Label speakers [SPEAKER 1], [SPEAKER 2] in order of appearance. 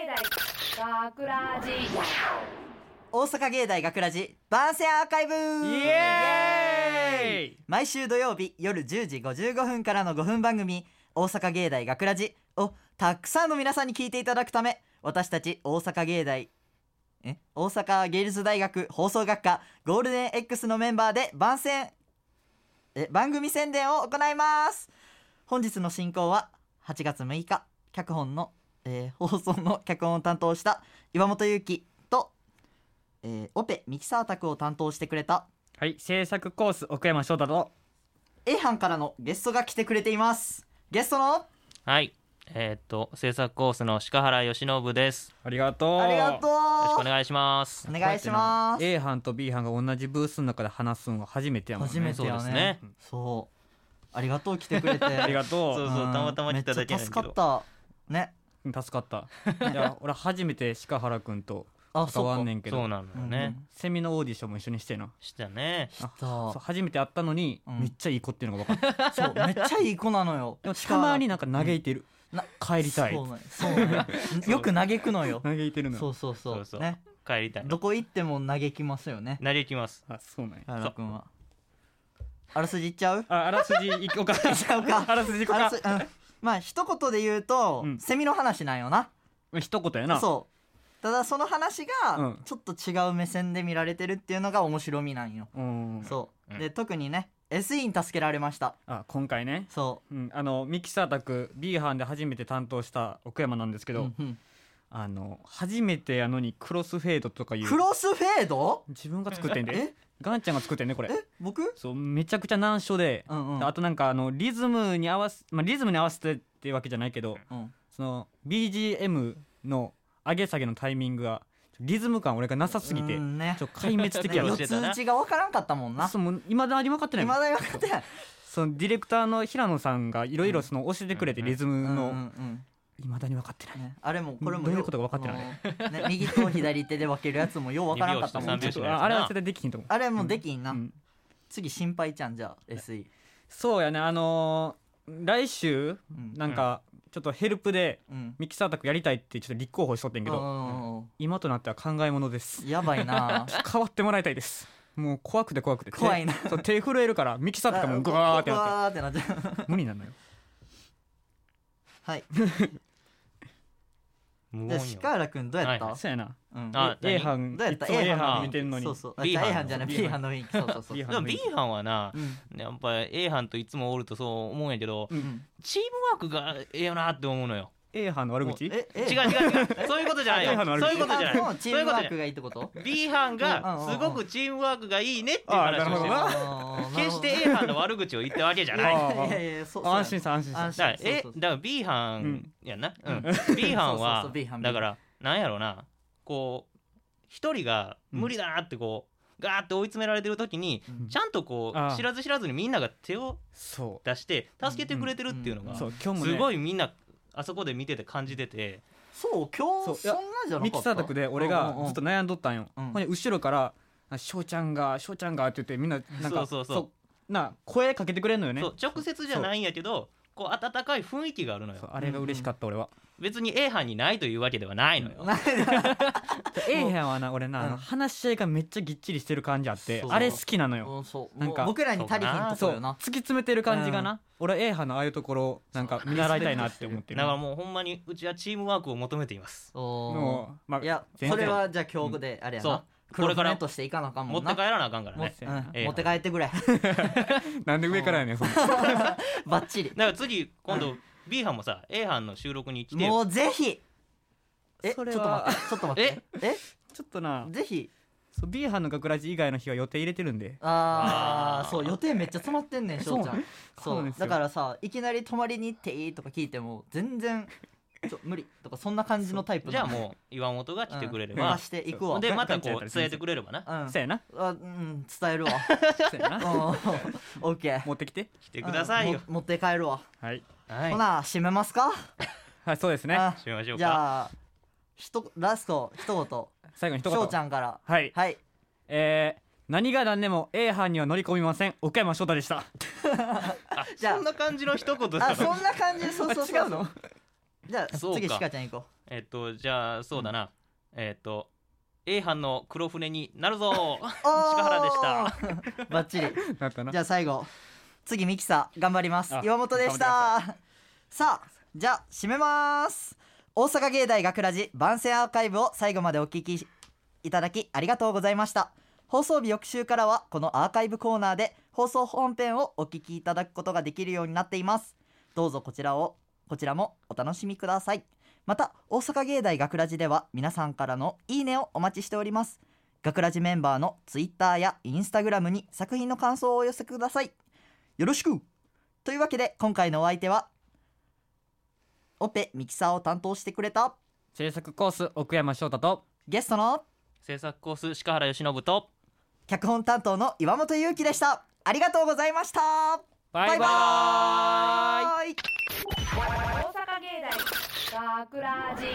[SPEAKER 1] 大学ラジ
[SPEAKER 2] 大阪芸大学ラジ番宣アーカイブ
[SPEAKER 3] イエーイ
[SPEAKER 2] 毎週土曜日夜10時55分からの5分番組「大阪芸大学ラジをたくさんの皆さんに聞いていただくため私たち大阪芸大え大阪芸術大学放送学科ゴールデン X のメンバーで番宣え番組宣伝を行います本日の進行は8月6日脚本の、えー放送の脚本を担当した岩本裕樹と、えーオペミキサー宅を担当してくれた
[SPEAKER 3] はい制作コース奥山翔太と
[SPEAKER 2] A 班からのゲストが来てくれていますゲストの
[SPEAKER 4] はい。えーっと、制作コースの鹿原由伸です。
[SPEAKER 3] ありがとう
[SPEAKER 2] ありがとう
[SPEAKER 3] う
[SPEAKER 4] よろしくお願いします。
[SPEAKER 2] お願いします
[SPEAKER 3] A 班と B 班が同じブースの中で話すんは初めてやもんね
[SPEAKER 2] 初めて
[SPEAKER 4] そう
[SPEAKER 2] や
[SPEAKER 4] です
[SPEAKER 2] ね
[SPEAKER 4] ね
[SPEAKER 2] そうありがとう来てく れてあ
[SPEAKER 3] ありがとう
[SPEAKER 4] そうたまたま来ただけ
[SPEAKER 2] めっ
[SPEAKER 4] や
[SPEAKER 2] ちゃ助
[SPEAKER 4] ねんけど
[SPEAKER 2] かったね
[SPEAKER 3] 助かっ たいや俺初めて鹿原くんと
[SPEAKER 2] あ
[SPEAKER 3] 関
[SPEAKER 2] そう
[SPEAKER 3] わ
[SPEAKER 2] か
[SPEAKER 3] んねんけ
[SPEAKER 4] そう
[SPEAKER 3] ど
[SPEAKER 4] なのよね。
[SPEAKER 3] セミのオーディションも一緒にしてな
[SPEAKER 4] したね。
[SPEAKER 2] 来た
[SPEAKER 3] そう初めて会ったのに
[SPEAKER 2] うん
[SPEAKER 3] めっちゃいい子っていうのが分か った
[SPEAKER 2] そうめっちゃいい子なのよ
[SPEAKER 3] でもたまになんか嘆いてる
[SPEAKER 2] な
[SPEAKER 3] 帰りたい
[SPEAKER 2] そうねそう ねよく嘆くのよ
[SPEAKER 3] 嘆いてるの
[SPEAKER 2] そ
[SPEAKER 3] よ
[SPEAKER 2] うそうそう
[SPEAKER 4] そうそう
[SPEAKER 2] ね
[SPEAKER 4] 帰りたい。
[SPEAKER 2] どこ行っても嘆きますよね
[SPEAKER 4] なり行きます。
[SPEAKER 3] あそうなんや
[SPEAKER 2] 原田君はあらすじ言っちゃう
[SPEAKER 3] ああらすじいこうか
[SPEAKER 2] ちゃうか
[SPEAKER 3] あらすじいこう
[SPEAKER 2] あら
[SPEAKER 3] か
[SPEAKER 2] すうんまあ一言で言うと、
[SPEAKER 3] うん
[SPEAKER 2] セミの話なんよな
[SPEAKER 3] 一言やな
[SPEAKER 2] そうただその話
[SPEAKER 3] う
[SPEAKER 2] が
[SPEAKER 3] ん
[SPEAKER 2] ちょっと違う目線で見られてるっていうのが面白みなんよ、
[SPEAKER 3] うん
[SPEAKER 2] そう、
[SPEAKER 4] うん
[SPEAKER 2] で特にね SE に助けられました
[SPEAKER 3] あ今回ね
[SPEAKER 2] そ
[SPEAKER 3] うん、あのミキサー宅 B 班で初めて担当した奥山なんですけ
[SPEAKER 2] う、
[SPEAKER 3] ど、
[SPEAKER 2] うんうん
[SPEAKER 3] あの初めてやのにクロスフェードとかいう
[SPEAKER 2] クロスフェード
[SPEAKER 3] 自分が作ってん
[SPEAKER 2] え
[SPEAKER 3] でガンちゃんが作ってんねこれ
[SPEAKER 2] え僕
[SPEAKER 3] そうめちゃくちゃ難所で、
[SPEAKER 2] うんうん
[SPEAKER 3] あとなんかあのリズムに合わせ、まあ、リズムに合わせてっていうわけじゃないけど、
[SPEAKER 2] うん
[SPEAKER 3] その BGM の上げ下げのタイミングがリズム感俺がなさすぎて、
[SPEAKER 2] うんね
[SPEAKER 3] ちょっと壊滅的や
[SPEAKER 2] ね
[SPEAKER 3] ろ
[SPEAKER 2] 四
[SPEAKER 4] 教え
[SPEAKER 2] つ
[SPEAKER 4] てたな
[SPEAKER 2] 打ちが分からんかったもんな
[SPEAKER 3] そうもう未だに分かってないい
[SPEAKER 2] まだに分かってない
[SPEAKER 3] そのディレクターの平野さんがいろいろその教えてくれて
[SPEAKER 4] うん
[SPEAKER 3] リズム
[SPEAKER 2] うんう
[SPEAKER 3] の
[SPEAKER 2] ん
[SPEAKER 3] 未だに分かってな
[SPEAKER 2] う
[SPEAKER 3] い
[SPEAKER 2] ん、ね、あれもこれも
[SPEAKER 3] どういうことが分かってない
[SPEAKER 2] い、ね、右と左手で分けるやつもよう分からんかったも
[SPEAKER 4] 三
[SPEAKER 2] ん
[SPEAKER 4] 拍子のやつな
[SPEAKER 3] あれは絶対できひんと思う
[SPEAKER 2] あれもうできんな、
[SPEAKER 3] うん
[SPEAKER 2] 次心配ちゃんじゃあ SE
[SPEAKER 3] そうやねあのー来週
[SPEAKER 2] うん
[SPEAKER 3] なんかちょっとヘルプで
[SPEAKER 2] うん
[SPEAKER 3] ミキサー宅やりたいってちょっと立候補しとってんけど
[SPEAKER 2] うん
[SPEAKER 3] 今となっては考えものです
[SPEAKER 2] やばい な
[SPEAKER 3] 変わってもらいたいですもう怖くて怖くて
[SPEAKER 2] 怖いな
[SPEAKER 3] 手そう手震えるからミキサー 宅も
[SPEAKER 2] う
[SPEAKER 3] グワーってなっ
[SPEAKER 2] わーってなっちゃう
[SPEAKER 3] て無理なのよ
[SPEAKER 2] はい
[SPEAKER 4] 無
[SPEAKER 2] で
[SPEAKER 4] 音よ。
[SPEAKER 2] 鹿原くんどうやった、
[SPEAKER 4] は
[SPEAKER 3] そうやな
[SPEAKER 2] うん
[SPEAKER 4] あ何
[SPEAKER 3] A 班
[SPEAKER 2] どうやっ
[SPEAKER 3] い
[SPEAKER 2] た
[SPEAKER 3] つも
[SPEAKER 2] A
[SPEAKER 3] A
[SPEAKER 2] 班
[SPEAKER 3] 班見てんのに
[SPEAKER 2] そうそう
[SPEAKER 4] B
[SPEAKER 2] あ
[SPEAKER 4] 班
[SPEAKER 2] A 班じゃない
[SPEAKER 3] B
[SPEAKER 2] B
[SPEAKER 3] 班
[SPEAKER 2] 班の雰囲気そうそうそう
[SPEAKER 3] B
[SPEAKER 4] でも B 班はな
[SPEAKER 2] う、ん
[SPEAKER 4] やっぱ A 班といつもおるとそう思うんやけど、
[SPEAKER 3] うん
[SPEAKER 4] チームワークがええよなって思うのよ。
[SPEAKER 3] A 班の悪口
[SPEAKER 2] え
[SPEAKER 4] 違
[SPEAKER 2] A
[SPEAKER 4] う違う違う。そういうことじゃないよ
[SPEAKER 3] A 班の。悪口
[SPEAKER 4] そういうことじゃ
[SPEAKER 2] あも
[SPEAKER 4] な
[SPEAKER 2] う
[SPEAKER 4] い。
[SPEAKER 2] チ
[SPEAKER 4] そう
[SPEAKER 2] ー
[SPEAKER 4] いう
[SPEAKER 2] ム
[SPEAKER 4] こと
[SPEAKER 2] ワ
[SPEAKER 4] じ
[SPEAKER 2] ーク
[SPEAKER 4] ゃない。
[SPEAKER 2] がいいってこと
[SPEAKER 4] B 班
[SPEAKER 2] うん
[SPEAKER 4] が
[SPEAKER 2] うんうん
[SPEAKER 4] すごくチームワークがいいねっていう話をしてる
[SPEAKER 3] あ。
[SPEAKER 2] あーなるほ
[SPEAKER 4] 決し
[SPEAKER 2] ど
[SPEAKER 4] て A 班の悪口を言ったわけじゃない。
[SPEAKER 3] あ
[SPEAKER 4] だか
[SPEAKER 3] ー
[SPEAKER 2] いやいやいやそうそう
[SPEAKER 3] 安心した安心した
[SPEAKER 2] 安心
[SPEAKER 4] ら、え、
[SPEAKER 2] そうそうそう
[SPEAKER 4] だから B 班やんな。うん。
[SPEAKER 2] そ
[SPEAKER 4] B
[SPEAKER 2] う
[SPEAKER 4] 班
[SPEAKER 2] そうそう
[SPEAKER 4] は
[SPEAKER 2] B 班、
[SPEAKER 4] だから、なんやろうな、こう、一人が無理だなってこう、ガーって追い詰められてる時に、
[SPEAKER 2] うん
[SPEAKER 4] ちゃんとこ
[SPEAKER 3] ああ
[SPEAKER 4] う、知らず知らずにみんなが手を
[SPEAKER 3] そ
[SPEAKER 4] 出して、助けてくれてるっていうの
[SPEAKER 3] う
[SPEAKER 4] が、
[SPEAKER 3] そ
[SPEAKER 4] す
[SPEAKER 3] う今日もね
[SPEAKER 4] ごいみんな、あそこで見てて感じてて、
[SPEAKER 2] そう今
[SPEAKER 3] そう
[SPEAKER 2] 日
[SPEAKER 3] いや
[SPEAKER 2] そんなじゃなかった
[SPEAKER 3] ミキサー宅で俺がずっと悩んどったんよ、
[SPEAKER 2] うん
[SPEAKER 3] ほんで後ろから「翔ちゃんが翔ちゃんが」って言ってみんななんか
[SPEAKER 4] そうそうそう
[SPEAKER 3] な声かけてくれんのよね
[SPEAKER 4] そう直接じゃないんやけど、こう、温かい雰囲気があるの
[SPEAKER 3] そう
[SPEAKER 4] よ。
[SPEAKER 3] あれが嬉しかった俺は、
[SPEAKER 4] 別に A 班にないというわけではないのよ。
[SPEAKER 3] A 部屋はな俺な、あ
[SPEAKER 2] うん
[SPEAKER 3] の話し合いがめっちゃぎっちりしてる感じあって
[SPEAKER 2] そう
[SPEAKER 3] あれ好きなのよ
[SPEAKER 2] うんそう
[SPEAKER 3] なんか
[SPEAKER 2] もう僕らに足りひんとこ
[SPEAKER 3] そう
[SPEAKER 2] よな
[SPEAKER 3] 突き詰めてる感じがな、俺 A 班のああいうところなんか見習いたいなって思って
[SPEAKER 4] だ
[SPEAKER 3] る
[SPEAKER 4] からもうほんまに、うちはチームワークを求めています。
[SPEAKER 2] お
[SPEAKER 3] もうまあ
[SPEAKER 2] ーいや
[SPEAKER 3] 全
[SPEAKER 2] そ
[SPEAKER 3] 然
[SPEAKER 2] れはじゃあ今日であれや
[SPEAKER 4] そ
[SPEAKER 2] な
[SPEAKER 4] う
[SPEAKER 2] これ
[SPEAKER 4] これ
[SPEAKER 2] か
[SPEAKER 4] から
[SPEAKER 2] らとしていかなあかん
[SPEAKER 4] 持
[SPEAKER 2] も
[SPEAKER 4] っ
[SPEAKER 2] ん
[SPEAKER 4] て
[SPEAKER 2] な
[SPEAKER 4] 帰らなあかんから
[SPEAKER 2] 持っ
[SPEAKER 4] ね
[SPEAKER 2] て
[SPEAKER 3] ね
[SPEAKER 2] うん持って帰ってく れ
[SPEAKER 3] なんで上からやねんそんな
[SPEAKER 2] バッチリ
[SPEAKER 4] だから次今度 B 班もさ A 班の収録に来て
[SPEAKER 2] も
[SPEAKER 4] よ
[SPEAKER 2] うぜひえちょ
[SPEAKER 3] そ
[SPEAKER 2] っ
[SPEAKER 3] れ
[SPEAKER 2] と
[SPEAKER 3] は
[SPEAKER 2] 待ってちょっと待ってえ
[SPEAKER 3] ちょっとな
[SPEAKER 2] ぜひ
[SPEAKER 3] そう B 班の学ラジ以外の日は予定入れてるんで
[SPEAKER 2] あ
[SPEAKER 4] あ
[SPEAKER 2] ー
[SPEAKER 4] ー
[SPEAKER 2] そう予定めっちゃ詰まってんねん翔ちゃん
[SPEAKER 3] そう
[SPEAKER 2] そ
[SPEAKER 3] なん
[SPEAKER 2] う
[SPEAKER 3] ですよ
[SPEAKER 2] だからさいきなり泊まりに行っていいとか聞いても全然ちょ無理とかそんな感じのタイプ
[SPEAKER 4] じゃあ
[SPEAKER 2] う
[SPEAKER 4] もう岩本が来てくれれ
[SPEAKER 2] ん、
[SPEAKER 4] ば
[SPEAKER 2] 貸、していくわ
[SPEAKER 3] うん
[SPEAKER 4] で
[SPEAKER 3] が
[SPEAKER 4] また
[SPEAKER 3] がんちゃんやった
[SPEAKER 4] こ
[SPEAKER 3] ら全
[SPEAKER 4] う
[SPEAKER 3] 然
[SPEAKER 4] 伝えてくれればな、
[SPEAKER 2] うん
[SPEAKER 3] そやな
[SPEAKER 2] あうん伝え るわ
[SPEAKER 3] そや
[SPEAKER 2] うん
[SPEAKER 3] な
[SPEAKER 2] オッケー
[SPEAKER 3] 持ってきて
[SPEAKER 4] 来てくださいよ
[SPEAKER 2] うん、も持って帰るわ、
[SPEAKER 3] はい
[SPEAKER 4] はい
[SPEAKER 2] ほな閉めますか、
[SPEAKER 3] はいそうですね
[SPEAKER 2] あ
[SPEAKER 4] 締めましょう
[SPEAKER 2] じ
[SPEAKER 4] か
[SPEAKER 2] ゃあひとラスト一言
[SPEAKER 3] 最後に一言
[SPEAKER 2] 翔ちゃんから
[SPEAKER 3] はい、
[SPEAKER 2] はい
[SPEAKER 3] えー、何が何でも A 班には乗り込みません岡山翔太でした
[SPEAKER 4] あ
[SPEAKER 2] じゃあ
[SPEAKER 4] そんな感じの一言だ
[SPEAKER 2] あそ
[SPEAKER 4] か
[SPEAKER 2] んな感じそうそうそう
[SPEAKER 3] 違うの
[SPEAKER 2] じゃあ
[SPEAKER 4] そうか
[SPEAKER 2] 次しかちゃん行こう
[SPEAKER 4] えっとじゃあそうだな、えっと A 班の黒船になるぞ 鹿原でした
[SPEAKER 2] した バッチリ
[SPEAKER 3] なったな
[SPEAKER 2] じゃあ最後次ミキサー頑張ります
[SPEAKER 3] あ
[SPEAKER 2] 岩本でしたさあじゃあ締めます大阪芸大学ラジ番宣アーカイブを最後までお聞きいただきありがとうございました放送日翌週からはこのアーカイブコーナーで放送本編をお聞きいただくことができるようになっていますどうぞこちらをこちらもお楽しみくださいまた大阪芸大学ラジでは皆さんからのいいねをお待ちしております学ラジメンバーのツイッターやインスタグラムに作品の感想をお寄せくださいよろしくというわけで今回のお相手はオペミキサーを担当してくれた
[SPEAKER 3] 制作コース奥山翔太と
[SPEAKER 2] ゲストの
[SPEAKER 4] 制作コース鹿原由伸と
[SPEAKER 2] 脚本担当の岩本裕樹でしたありがとうございました
[SPEAKER 3] バイバ
[SPEAKER 2] バイバ
[SPEAKER 3] ーイ
[SPEAKER 2] ーイ
[SPEAKER 1] 大阪芸大学ラジ